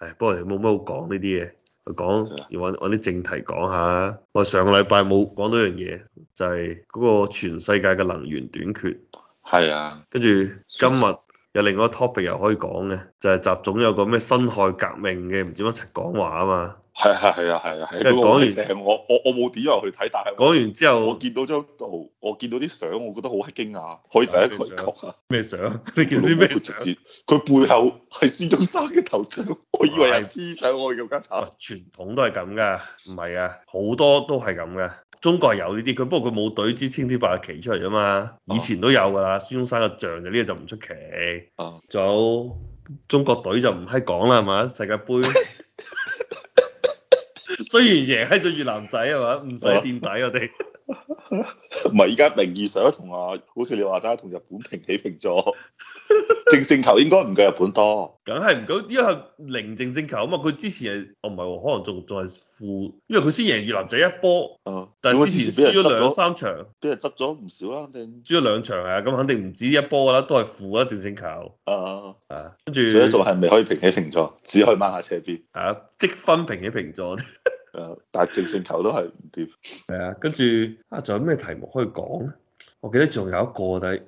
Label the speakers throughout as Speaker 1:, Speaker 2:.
Speaker 1: 唉，不過你冇乜好講呢啲嘢，我講要揾揾啲正題講下。我上個禮拜冇講到一樣嘢，就係嗰個全世界嘅能源短缺。
Speaker 2: 係啊，
Speaker 1: 跟住今日有另外一個 topic 又可以講嘅，就係習總有個咩辛亥革命嘅唔知乜柒講話啊嘛。
Speaker 2: 係啊，係啊，係啊，係
Speaker 1: 跟住
Speaker 2: 嗰個
Speaker 1: 講完
Speaker 2: 好正，我我我冇點入去睇，但係
Speaker 1: 講完之
Speaker 2: 我
Speaker 1: 後
Speaker 2: 見到張圖，我見到啲相，我覺得好閪驚訝，可以就喺佢講啊！
Speaker 1: 咩相？ 你見到啲咩相？
Speaker 2: 直接佢背後係孫中山嘅頭像，我以為係 P 相，我更加
Speaker 1: 喂
Speaker 2: 慘。
Speaker 1: 啊傳統都係咁噶，唔係啊，好多都係咁噶。中國係有呢啲，佢不過佢冇隊支青天白日旗出嚟啊嘛，以前都有噶啦。孫中山嘅像就呢個就唔出奇。
Speaker 2: 啊，
Speaker 1: 仲有中國隊就唔閪講啦，係嘛？世界 盃雖然贏喺咗越南仔係嘛，唔使
Speaker 2: 哦
Speaker 1: 墊底我哋。
Speaker 2: 唔係依家名義上同啊，好似你話齋同日本平起平 坐，淨勝球應該唔夠日本多。
Speaker 1: 梗係唔夠，因為零淨勝球啊嘛。佢之前係，哦唔係喎，可能仲仲係負，因為佢先贏越南仔一波，
Speaker 2: 啊，
Speaker 1: 但
Speaker 2: 因為
Speaker 1: 係之前
Speaker 2: 俾人
Speaker 1: 輸
Speaker 2: 執
Speaker 1: 咗兩
Speaker 2: 咗，
Speaker 1: 三場，
Speaker 2: 俾人執咗唔少啦，肯定。
Speaker 1: 輸咗兩場係啊，咁肯定唔止一波啦，都係負啦淨勝球
Speaker 2: 啊，
Speaker 1: 啊。跟
Speaker 2: 所以
Speaker 1: 住
Speaker 2: 仲係未可以平起平坐，只可以掹下斜邊。
Speaker 1: 啊積分平起平坐，
Speaker 2: 誒，但係正正球都係唔掂。
Speaker 1: 係啊。跟住啊，仲有咩題目可以講咧？我記得仲有一個底，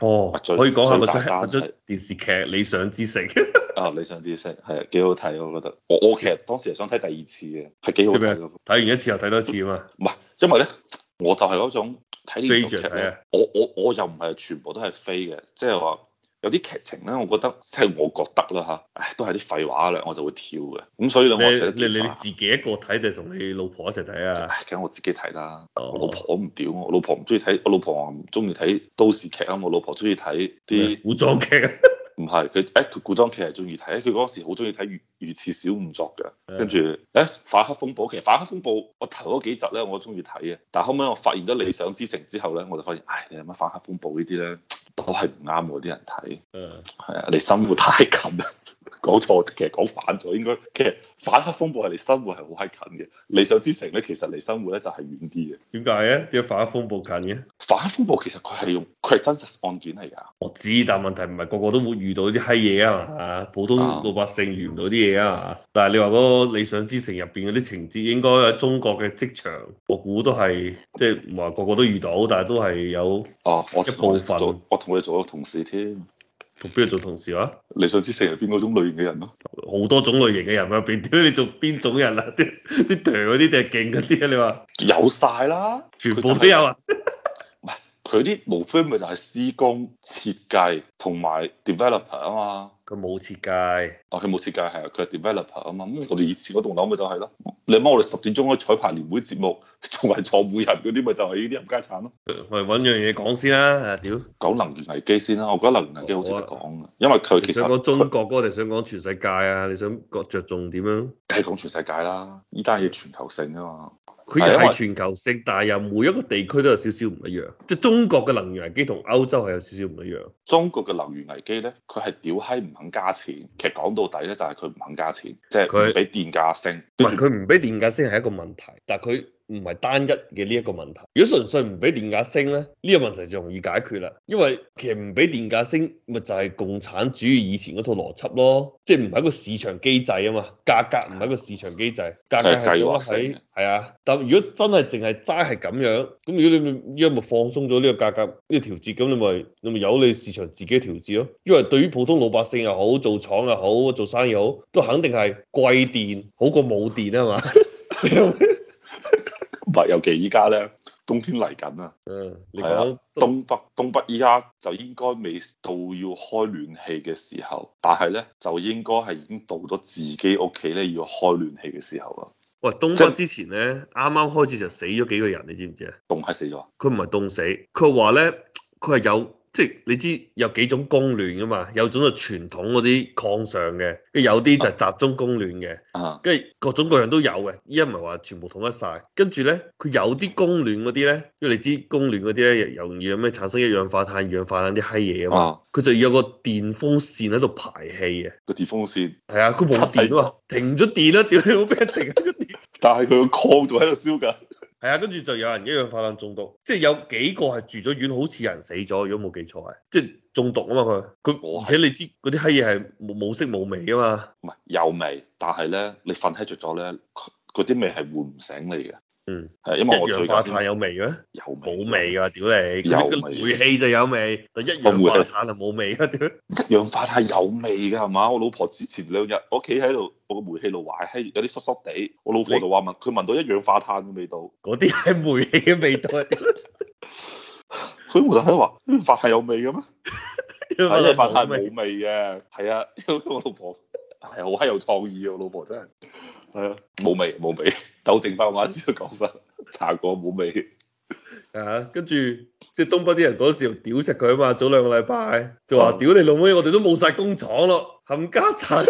Speaker 1: 哦，
Speaker 2: 最
Speaker 1: 可以講下嗰
Speaker 2: 最
Speaker 1: 出
Speaker 2: 簡單
Speaker 1: 嗰出
Speaker 2: 係
Speaker 1: 電視劇《理想之城》，
Speaker 2: 啊，理想之星係幾好睇，我覺得。我我其實當時係想睇第二次嘅，係幾好睇嘅。
Speaker 1: 睇完一次又睇多次啊嘛。
Speaker 2: 唔係，因為咧，我就係嗰種睇呢
Speaker 1: 飛
Speaker 2: 啲
Speaker 1: 住
Speaker 2: 劇
Speaker 1: 嚟睇啊
Speaker 2: 咧，我我我又唔係全部都係飛嘅，即係話有啲劇情咧，我覺得即係我覺得啦嚇，唉，都係啲廢話咧，我就會跳嘅。咁所以咧，我睇得
Speaker 1: 你
Speaker 2: 幾
Speaker 1: 你你
Speaker 2: 快
Speaker 1: 自己一個睇定係同你老婆一齊睇啊？
Speaker 2: 唉，梗係我自己睇啦。
Speaker 1: 哦
Speaker 2: 我老婆唔屌我，我老婆唔中意睇，我老婆話唔中意睇都市劇啊，我老婆中意睇 啲
Speaker 1: 古裝劇啊？
Speaker 2: 唔係佢，誒佢古裝劇係中意睇，佢嗰時好中意睇《如如次小仵作》嘅，跟住誒《反黑風暴》，其實《反黑風暴》我頭嗰幾集咧我中意睇嘅，但後尾我發現咗《理想之城》之後咧，我就發現，唉，你諗下《反黑風暴》呢啲咧都係唔啱我啲人睇，
Speaker 1: 嗯，
Speaker 2: 係啊，離生活太近啦， 講錯，其實講反咗，應該其實《反黑風暴》係離生活係好閪近嘅，《理想之城》咧其實離生活咧就係遠啲嘅，
Speaker 1: 點
Speaker 2: 《
Speaker 1: 解嘅？點解反風暴近嘅？
Speaker 2: 反黑風暴》其實佢係用佢係真實案件嚟㗎。
Speaker 1: 我知，但問題唔係個個都會遇到呢啲閪嘢啊嘛，普通
Speaker 2: 啊
Speaker 1: 老百姓遇唔到啲嘢啊嘛。但係你話嗰個理想之城入邊嗰啲情節，應該喺中國嘅職場，我估都係即係唔話個個都遇到，但係都係有
Speaker 2: 哦，我
Speaker 1: 一部分
Speaker 2: 做我同佢做咗同事添。
Speaker 1: 同邊度做同事啊？
Speaker 2: 理想之城係邊嗰種類型嘅人咯？
Speaker 1: 好多種類型嘅人入邊， 屌你做邊種人啊？啲啲強嗰啲定係勁嗰啲啊？你話
Speaker 2: 有晒啦，
Speaker 1: 全部都有啊？
Speaker 2: 佢啲無非咪就係施工、設計同埋 developer 啊嘛。
Speaker 1: 佢冇設計。
Speaker 2: 哦，佢冇設計係啊，佢係 developer 啊嘛。咁我哋以前嗰棟樓咪就係咯。你諗我哋十點鐘嗰彩排年會節目， 同埋坐每人嗰啲咪就係呢啲冚家產咯。
Speaker 1: 我哋揾樣嘢講先啦，啊屌！
Speaker 2: 講能源危機先啦，我覺得能源危機好值得講嘅，因為佢
Speaker 1: 你
Speaker 2: 其
Speaker 1: 想講
Speaker 2: 實
Speaker 1: 中
Speaker 2: 佢
Speaker 1: 啊國嗰個定想講全世界啊？你想講着重點樣？
Speaker 2: 梗係講全世界啦，呢單嘢全球性啊嘛。
Speaker 1: 佢又係全球性，但係又每一個地區都有少少唔一樣。即係中國嘅能源危機同歐洲係有少少唔一樣。
Speaker 2: 中國嘅能源危機咧，佢係屌閪唔肯加錢。其實講到底咧，就係佢唔肯加錢，即係
Speaker 1: 佢
Speaker 2: 唔俾電價升。
Speaker 1: 唔
Speaker 2: 跟
Speaker 1: 係
Speaker 2: 住
Speaker 1: 佢唔俾電價升係一個問題，但係佢唔係單一嘅呢一個問題。如果純粹唔俾電價升咧，呢、個問題就容易解決啦。因為其實唔俾電價升，咪就係共產主義以前嗰套邏輯咯，即係唔係一個市場機制啊嘛，價格唔係一個市場機制，價格
Speaker 2: 係
Speaker 1: 係
Speaker 2: 計
Speaker 1: 咗
Speaker 2: 劃性
Speaker 1: 喺
Speaker 2: 嘅
Speaker 1: 係啊。但如果真係淨係齋係咁樣，咁如果你咪依家咪放鬆咗呢個價格呢、個調節，咁你咪你咪由你市場自己調節咯。因為對於普通老百姓又好，做廠又好，做生意又好，都肯定係貴電好過冇電啊 嘛。
Speaker 2: 唔係，尤其依家咧，冬天嚟緊啊，
Speaker 1: 嗯，你
Speaker 2: 係
Speaker 1: 講
Speaker 2: 啊，東北東北依家就應該未到要開暖氣嘅時候，但係咧就應該係已經到咗自己屋企咧要開暖氣嘅時候啦，
Speaker 1: 喂，東北之前咧，啱啱開始就死咗幾個人，你知唔知啊？
Speaker 2: 凍閪死咗。
Speaker 1: 佢唔係凍死，佢話咧，佢係有即係你知有幾種供暖噶嘛，有種就傳統嗰啲抗上嘅，跟住有啲就係集中供暖嘅，
Speaker 2: 啊，
Speaker 1: 跟住各種各樣都有嘅。依家唔係話全部統一晒，跟住咧佢有啲供暖嗰啲咧，因為你知供暖嗰啲咧又容易有咩產生一氧化碳、二氧化碳啲閪嘢啊嘛，
Speaker 2: 啊，
Speaker 1: 佢就有個電風扇喺度排氣嘅，
Speaker 2: 個電風扇，
Speaker 1: 係啊，佢冇電啊嘛，停咗電啦，屌你冇俾人停咗電。
Speaker 2: 但係佢個擴仲喺度燒緊。
Speaker 1: 係啊，跟住就有人一氧化碳中毒，即係有幾個係住咗院，好似有人死咗，如果冇記錯係，即係中毒啊嘛佢，佢
Speaker 2: 我
Speaker 1: 而且
Speaker 2: 係
Speaker 1: 你知嗰啲閪嘢係冇冇色冇味啊嘛，
Speaker 2: 唔係有味，但係咧你瞓喺着咗咧，佢嗰啲味係喚唔醒你嘅。
Speaker 1: 嗯，
Speaker 2: 係因為啊我
Speaker 1: 一氧
Speaker 2: 最
Speaker 1: 化
Speaker 2: 近先
Speaker 1: 碳有味嘅咩？
Speaker 2: 有
Speaker 1: 冇味㗎，屌你，
Speaker 2: 有
Speaker 1: 佢
Speaker 2: 味
Speaker 1: 煤氣就有味，但一
Speaker 2: 我
Speaker 1: 氧
Speaker 2: 煤
Speaker 1: 化
Speaker 2: 氣
Speaker 1: 碳就冇味啊，屌！
Speaker 2: 一氧化碳有味㗎係嘛？我老婆之前兩日我企喺度，我個煤氣爐壞閪，有啲濕濕地，我老婆就話聞佢聞到一氧化碳嘅味道，
Speaker 1: 嗰啲係煤氣嘅 味道，
Speaker 2: 佢我就喺度話：一氧化碳有味嘅咩？
Speaker 1: 一
Speaker 2: 係一氧化碳
Speaker 1: 冇味
Speaker 2: 冇味嘅，係啊， 因為我老婆係好閪有創意啊，我老婆真係係啊，冇味冇 味，糾正翻我啱先嘅講法，查過冇味。
Speaker 1: 啊，跟住即係東北啲人嗰時又屌食佢啊嘛，早兩個禮拜就話
Speaker 2: 嗯
Speaker 1: 屌你老妹，我哋都冇晒工廠咯，冚家產，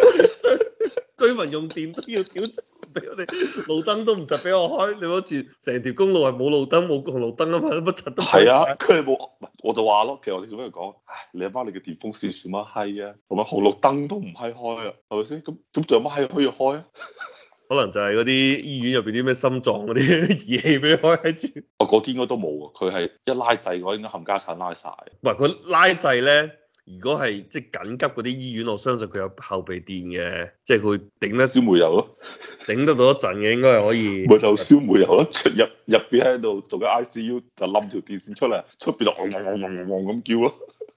Speaker 1: 居民用電都要屌食，俾我哋路燈都唔實俾我開，你嗰次成條公路係冇路燈冇紅綠燈啊嘛，乜柒都冇
Speaker 2: 係
Speaker 1: 晒
Speaker 2: 啊，，佢哋冇，唔係我就話咯，其實我哋做咩講？唉，你阿媽你嘅電風扇算乜閪啊？同埋紅綠燈都唔閪開啊，係咪先？咁咁仲有乜閪可以開啊？
Speaker 1: 可能就係嗰啲醫院入邊啲咩心臟嗰啲 儀器俾你開喺住，
Speaker 2: 我哦嗰啲應該都冇喎，佢係一拉掣嘅話，應該冚家產拉晒。
Speaker 1: 唔係佢拉掣咧。如果係即係緊急嗰啲醫院，我相信佢有後備電嘅，即係佢會頂得
Speaker 2: 燒煤油咯，
Speaker 1: 頂得到一陣嘅，應該係可以。
Speaker 2: 咪就燒煤油咯，出入入邊喺度做緊 ICU 就冧條電線出嚟，出邊就嗡嗡嗡嗡嗡咁叫咯。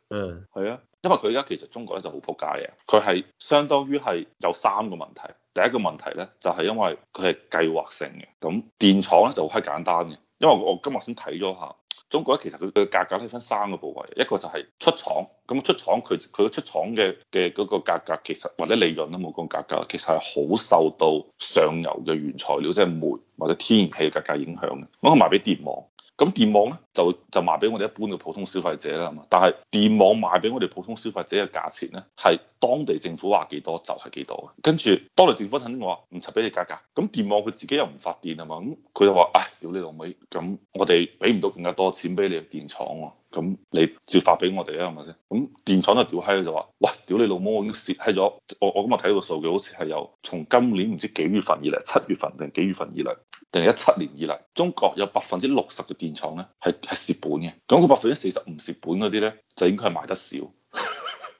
Speaker 1: 嗯。
Speaker 2: 係啊，因為佢而家其實中國咧就好撲街嘅，佢係相當於係有三個問題。第一個問題咧就係、因為佢係計劃性嘅，咁電廠咧就好閪簡單嘅，因為我我今日先睇咗下。中國咧其實佢嘅價格咧分三個部位，一個就係出廠，咁出廠佢佢出廠嘅嘅嗰個價格其實或者利潤都冇講價格，其實係好受到上游嘅原材料即係煤或者天然氣嘅價格影響嘅，咁佢賣俾電網。咁電網咧就就賣俾我哋一般嘅普通消費者啦，係嘛？但係電網賣俾我哋普通消費者嘅價錢咧，係當地政府話幾多就係幾多嘅。跟住當地政府肯定話唔實俾你價格，咁電網佢自己又唔發電啊係嘛？咁佢就話：唉，屌你老味，咁我哋俾唔到更加多錢俾你電廠喎、咁你照發俾我哋啊，係咪先？咁電廠就屌閪佢就話：喂，屌你老母，我已經蝕閪咗！我我今日睇到個數據，好似係有從今年唔知幾月份以嚟，七月份定幾月份以嚟，定係一七年以嚟，中國有百分之六十嘅電廠咧係係蝕本嘅。咁佢百分之四十唔蝕本嗰啲咧，就應該係賣得少。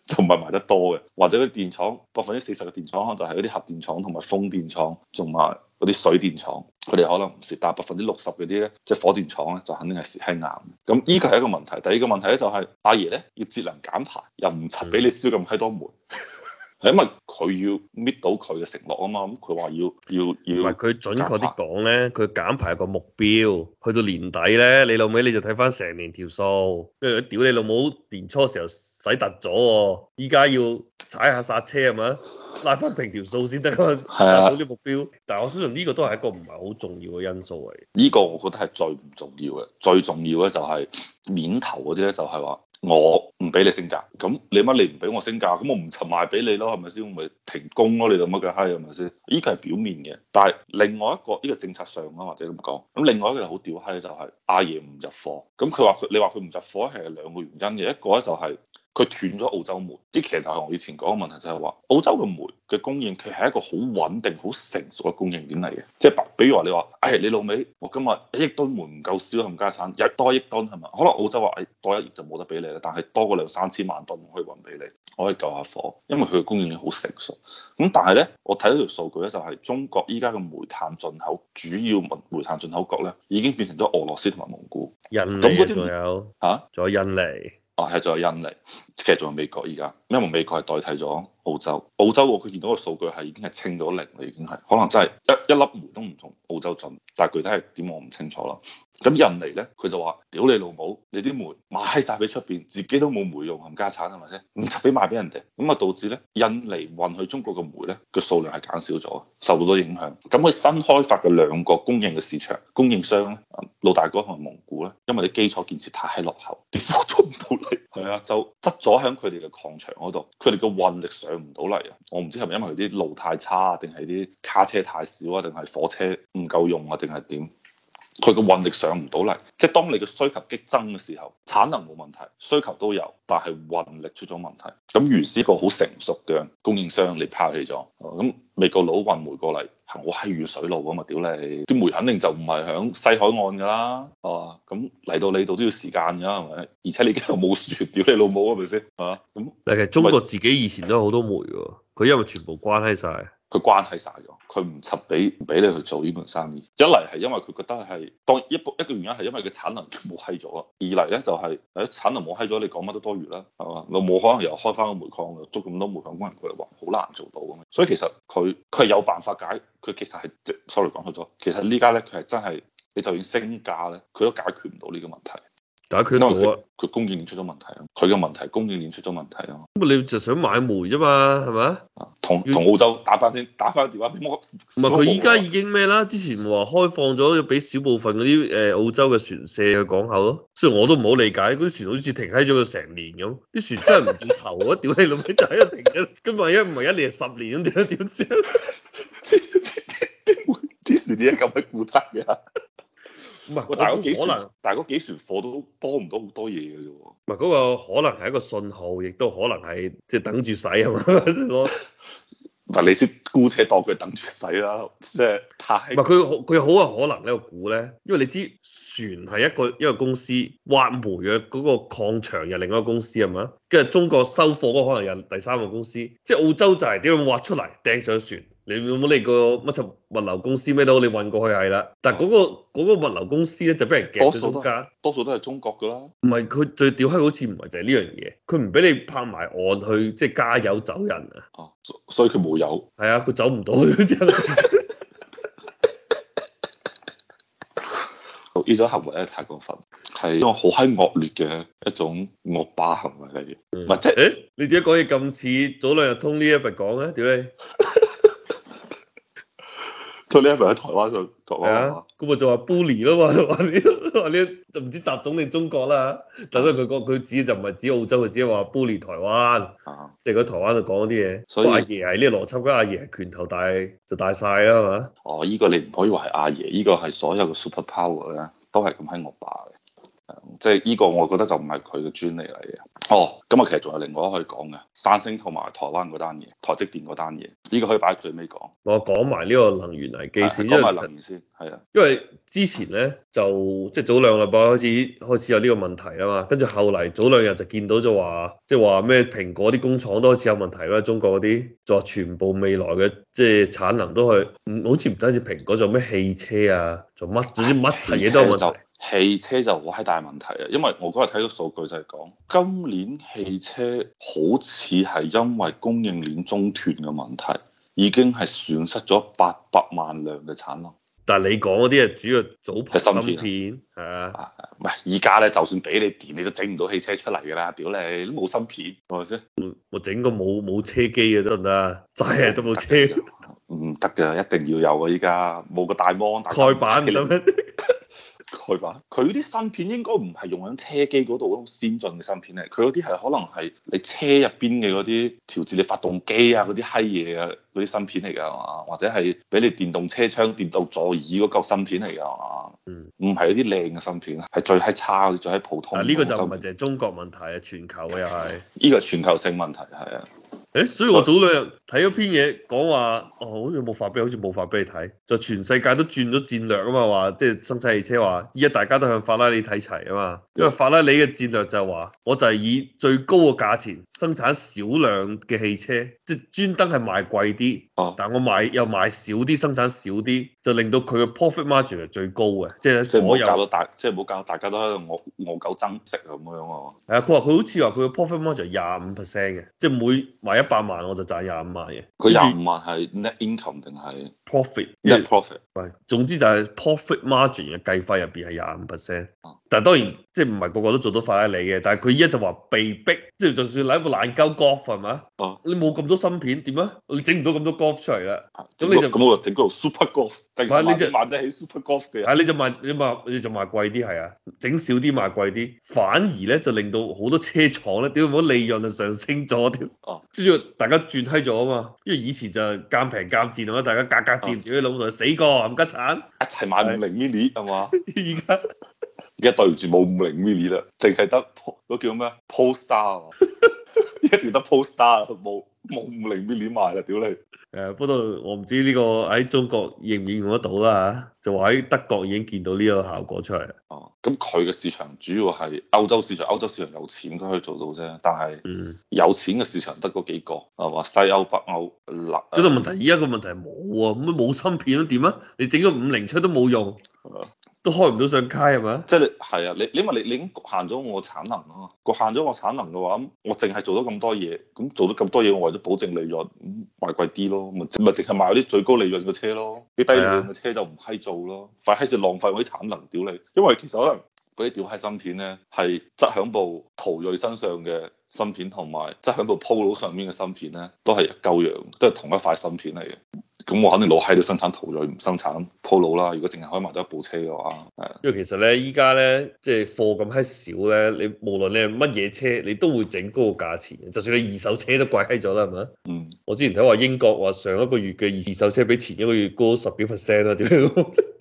Speaker 2: 就唔係賣得多嘅，或者嗰啲電廠百分之四十嘅電廠可能就係嗰啲核電廠同埋風電廠，仲埋嗰啲水電廠，佢哋可能唔蝕，但係百分之六十嗰啲咧，即係火電廠咧，就肯定係蝕閪硬。咁呢個係一個問題，第二個問題咧就係、阿爺咧要節能減排，又唔柒俾你燒咁閪多煤， 係因為佢要搣到佢嘅承諾啊嘛，咁佢話要
Speaker 1: 唔
Speaker 2: 要要
Speaker 1: 係佢準確啲講咧，佢減排有個目標，去到年底咧，你老尾你就睇翻成年條數，跟住屌你老母年初時候使突咗喎，依家要踩下剎車係咪？拉翻平條數先得啊，
Speaker 2: 係
Speaker 1: 達
Speaker 2: 啊
Speaker 1: 到呢個目標。但係我相信呢個都係一個唔係好重要嘅因素嚟。
Speaker 2: 呢個我覺得係最唔重要嘅，最重要咧就係面頭嗰啲咧就係話我唔俾你升價，咁你乜你唔俾我升價，咁我唔尋賣俾你咯，係咪先？我咪停工咯，你老乜嘅閪係啊咪先？呢個係表面嘅，但係另外一個呢、個政策上啊，或者咁講，咁另外一個好屌閪就係阿爺唔入貨，咁佢話佢你話佢唔入貨係有兩個原因嘅，一個咧就係、佢斷咗澳洲煤，即係其實就係我以前講嘅問題就係話，澳洲嘅煤嘅供應佢係一個好穩定、好成熟嘅供應鏈嚟嘅，即係比如話你話，唉，你老味，我今日一億噸煤唔夠燒冚家產，日多一億噸係咪？可能澳洲話，唉，多一億就冇得俾你啦，但係多過兩三千萬噸我可以運俾你，我可以救下火，因為佢嘅供應鏈好成熟。咁但係咧，我睇到條數據咧，就係中國依家嘅煤炭進口主要煤煤炭進口國咧，已經變成咗俄羅斯同埋蒙古
Speaker 1: 印
Speaker 2: 咁
Speaker 1: 尼啊
Speaker 2: 嗰啲
Speaker 1: 仲有，
Speaker 2: 嚇。
Speaker 1: 仲有印尼。
Speaker 2: 啊，係仲有印尼，其實仲有美國依家，因為美國係代替咗澳洲。澳洲我佢見到個數據係已經係清咗零啦，已經係可能真係一一粒煤都唔從澳洲進，但係具體係點我唔清楚啦。咁印尼咧，佢就話：屌你老母，你啲煤賣晒俾出邊，自己都冇煤用，冚家產係咪先？唔就俾賣俾人哋，咁啊導致咧印尼運去中國嘅煤咧個數量係減少咗，受到咗影響。咁佢新開發嘅兩個供應嘅市場，供應商咧，啊老大哥同埋蒙古咧，因為啲基礎建設太落後，啲貨出唔到嚟，係啊，就擠咗喺佢哋嘅礦場嗰度，佢哋嘅運力上唔到嚟啊！我唔知係咪因為啲路太差啊，定係啲卡車太少啊，定係火車唔夠用啊，定係點？佢嘅運力上唔到嚟，即係當你嘅需求激增嘅時候，產能冇問題，需求都有，但係運力出咗問題。咁原先一個好成熟嘅供應商，你拋棄咗，咁美國佬運煤過嚟，行好閪遠水路啊嘛，屌你！啲煤肯定就唔係響西海岸㗎啦，係嘛？咁嚟到你度都要時間㗎，係咪？而且你而家又冇船，屌你老母啊係咪先？係嘛？咁
Speaker 1: 但其實中國自己以前都有好多煤喎，佢因為全部關閪晒。
Speaker 2: 佢關係晒咗，佢唔執俾唔俾你去做呢盤生意。一嚟係因為佢覺得係當一一個原因係因為佢產能冇閪咗啊。二嚟咧就係、誒產能冇閪咗，你講乜都多餘啦，係嘛？你冇可能又開翻個煤礦又捉咁多煤礦工人過嚟，話好難做到咁樣。所以其實佢佢係有辦法解，佢其實係即 sorry 講錯咗，其實呢家咧佢係真係你就算升價咧，佢都解決唔到呢個問題。
Speaker 1: 但係佢
Speaker 2: 因為
Speaker 1: 到啊
Speaker 2: 佢，佢供應鏈出咗問題啊，佢嘅問題供應鏈出咗問題啊。
Speaker 1: 咁你就想買煤啫嘛，係咪
Speaker 2: 啊同同澳洲打翻先，打翻個電話俾摩。
Speaker 1: 唔係佢依家已經咩啦？之前話開放咗要俾少部分嗰啲誒澳洲嘅船卸去港口咯。雖然我都唔好理解，嗰啲船好似停喺咗佢成年咁，啲船真係唔見頭啊！屌你老味就喺度停緊，咁萬一唔係一年係十年咁點點算？
Speaker 2: 啲船點解咁鬼固執嘅？
Speaker 1: 唔係，
Speaker 2: 喂但係
Speaker 1: 我
Speaker 2: 嗰幾
Speaker 1: 估可能
Speaker 2: 船，但係嗰幾船貨都幫唔到好多嘢嘅啫喎。
Speaker 1: 唔係嗰個可能係一個信號，亦都可能係即係等住使啊嘛。 攞
Speaker 2: 嗱，你先姑且當佢等住使啦，即係
Speaker 1: 唔
Speaker 2: 太
Speaker 1: 係佢好佢好有可能呢個股咧，因為你知船係一個一個公司，挖煤嘅嗰個礦場又另一個公司係嘛，跟住中國收貨嗰個可能又第三個公司，即係澳洲就係點樣挖出嚟掟上船，你有冇理個乜柒物流公司咩都好，你運過去係啦，但係嗰、個嗰個物流公司咧就俾人夾
Speaker 2: 多
Speaker 1: 咗
Speaker 2: 數
Speaker 1: 中
Speaker 2: 都係
Speaker 1: 間。
Speaker 2: 多數都係中國噶啦。
Speaker 1: 唔係佢最屌閪，好似唔係就係呢樣嘢，佢唔俾你拍埋岸去即係加油走人啊！
Speaker 2: 哦，所所以佢冇有。
Speaker 1: 係啊，佢走唔到 真係。
Speaker 2: 呢種行為咧太過分，係一種好閪惡劣嘅一種惡霸行為嚟嘅，
Speaker 1: 嗯
Speaker 2: 唔係即係
Speaker 1: 誒，你點解講嘢咁似早兩日通呢一日講啊？屌你！
Speaker 2: 佢呢一咪喺台灣上台
Speaker 1: 係
Speaker 2: 灣
Speaker 1: 啊，咁咪就話 bully 咯嘛，話呢話呢就唔知習總定中國啦。但係佢講佢指就唔係指澳洲，佢只係話 bully 台灣，
Speaker 2: 啊，
Speaker 1: 即係佢台灣就講嗰啲嘢。
Speaker 2: 所以
Speaker 1: 不過阿爺係呢個邏輯，跟阿爺係拳頭大就大晒啦，係嘛？
Speaker 2: 哦，依、個你唔可以話係阿爺，依、個係所有嘅 super power 咧，都係咁閪惡霸嘅。誒即係呢個，我覺得就唔係佢嘅專利嚟嘅。哦，咁啊，其實仲有另外一個可以講嘅，三星同埋台灣嗰單嘢，台積電嗰單嘢，呢、個可以擺喺最尾講。
Speaker 1: 我講埋呢個能源危機先，因
Speaker 2: 啊講
Speaker 1: 為
Speaker 2: 埋
Speaker 1: 其實
Speaker 2: 能源先，係啊，
Speaker 1: 因為之前咧就即係早兩個禮拜開始開始有呢個問題啊啦嘛，跟住後嚟早兩日就見到就話，即係話咩蘋果啲工廠都開始有問題啦，中國嗰啲就話全部未來嘅即係產能都係唔好似唔單止蘋果，仲有咩汽車啊，仲乜總之乜柒嘢都有問題。
Speaker 2: 汽車就好閪大問題啊！因為我嗰日睇到數據就係講，今年汽車好似係因為供應鏈中斷嘅問題，已經係損失咗八百萬輛嘅產能。
Speaker 1: 但係你講嗰啲係主要早排
Speaker 2: 係
Speaker 1: 芯
Speaker 2: 芯片啊
Speaker 1: 片係啊，
Speaker 2: 啊，唔係，而家咧就算俾你電，你都整唔到汽車出嚟㗎啦！屌你，都冇芯片，係咪先？
Speaker 1: 我整個冇冇車機嘅得唔得 啊？齋係都冇車，
Speaker 2: 唔得㗎，一定要有啊！依家冇個大芒 大
Speaker 1: 蓋板唔得咩？
Speaker 2: 佢話：佢啲芯片應該唔係用緊車機嗰度嗰種先進嘅芯片嚟，佢嗰啲係可能係你車入邊嘅嗰啲調節你發動機啊嗰啲閪嘢啊嗰啲芯片嚟㗎係嘛，或者係俾你電動車窗、電動座椅嗰嚿芯片嚟㗎係嘛，
Speaker 1: 嗯
Speaker 2: 唔係嗰啲靚嘅芯片，係最閪差嗰啲、最閪普通。
Speaker 1: 嗱呢個就唔係淨係中國問題啊，全球嘅又係。
Speaker 2: 呢個係全球性問題係啊，
Speaker 1: 誒，所以我早兩日睇咗篇嘢，講話哦，好似冇發俾，好似冇發俾你睇，就全世界都轉咗戰略啊嘛，話即係生產汽車話，依家大家都向法拉利睇齊啊嘛，因為法拉利嘅戰略就係話，我就係以最高嘅價錢生產少量嘅汽車，即係專登係賣貴啲，
Speaker 2: 哦
Speaker 1: 但我賣又賣少啲，生產少啲，就令到佢嘅 profit margin 係最高嘅，即係
Speaker 2: 即
Speaker 1: 所
Speaker 2: 係唔好
Speaker 1: 有
Speaker 2: 教到大，即係唔好教大家都喺度餓餓狗爭食咁樣啊！
Speaker 1: 係啊，佢話佢好似話佢嘅 profit margin 廿五 percent 嘅，即係每賣一百萬我就賺廿五萬嘅，跟
Speaker 2: 佢
Speaker 1: 住
Speaker 2: 廿五萬係 net income 定係
Speaker 1: profit 即係
Speaker 2: net profit？
Speaker 1: 喂，總之就係 profit margin 嘅計費入邊係廿五 percent
Speaker 2: 哦。
Speaker 1: 但係當然即係唔係個個都做到法拉利嘅，但係佢依家就話被逼，即係就算攞部爛鳩 golf 係咪啊
Speaker 2: 哦
Speaker 1: 你冇咁多芯片點啊？你整唔到咁多 golf 出嚟啦。咁
Speaker 2: 咁
Speaker 1: 你
Speaker 2: 你
Speaker 1: 就
Speaker 2: 就咁啊我就整嗰度 Super Golf，淨
Speaker 1: 係
Speaker 2: 係
Speaker 1: 你
Speaker 2: 買
Speaker 1: 就
Speaker 2: 得買得起 Super Golf 嘅
Speaker 1: 啊！
Speaker 2: 人。
Speaker 1: 你就賣你賣你就賣貴啲係啊，整少啲賣貴啲，反而咧就令到好多車廠咧，屌冇利潤就上升咗屌。
Speaker 2: 哦，
Speaker 1: 即係大家轉閪咗啊嘛，因為以前就係奸平奸賤啊嘛，大家價格
Speaker 2: 哦
Speaker 1: 戰，屌你老母同佢死過冚家 產，
Speaker 2: 一齊買五零 mini 係嘛？
Speaker 1: 而家。
Speaker 2: 而家對唔住冇五零 mini 啦，淨係得 Po- 嗰叫咩 Polestar 啊，一定得 Polestar 啦冇冇五零 m 鏈賣啦，屌你！
Speaker 1: 誒，不過我唔知呢個喺中國應唔應用得到啦嚇，就話喺德國已經見到呢個效果出嚟。
Speaker 2: 哦，咁佢嘅市場主要係歐洲市場，歐洲市場有錢佢可以做到啫，但係
Speaker 1: 嗯，
Speaker 2: 有錢嘅市場得嗰幾個，係嘛？西歐、北歐、南
Speaker 1: 嗰個問題，依家個問題係冇啊，咁冇芯片都點啊？你整個五零出都冇用，都開唔到上街係咪？
Speaker 2: 即係你係啊，你你因為你你已經局限咗我產能啊嘛，局限咗我產能嘅話，咁我淨係做咗咁多嘢，咁做咗咁多嘢，我為咗保證利潤，咁賣貴啲咯，咪咪淨係賣啲最高利潤嘅車咯，啲低利潤嘅車就唔閪做咯，快閪事浪費我啲產能，屌你！因為其實可能嗰啲屌閪芯片咧係側響部途銳身上嘅。芯片同埋側響部 Polo 上面嘅芯片咧，都係一鳩樣，都係同一塊芯片嚟嘅。咁我肯定老閪都生產途銳，唔生產 Polo 啦。如果淨係可以賣到一部車嘅話，係啊
Speaker 1: 因為其實咧，依家咧即係貨咁閪少咧，你無論你係乜嘢車，你都會整高個價錢，就算你二手車都貴閪咗啦，係咪？
Speaker 2: 嗯。
Speaker 1: 我之前睇話英國話上一個月嘅二手車比前一個月高十幾 percent 啦，屌！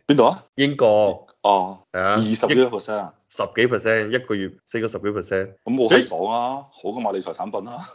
Speaker 2: 邊度啊？
Speaker 1: 英國
Speaker 2: 哦，
Speaker 1: 係啊，
Speaker 2: 二十幾
Speaker 1: 一
Speaker 2: 個 percent 啊！
Speaker 1: 十幾 percent 一個月升咗十幾 percent。
Speaker 2: 咁我好爽啊，好過買理財產品啦、啊。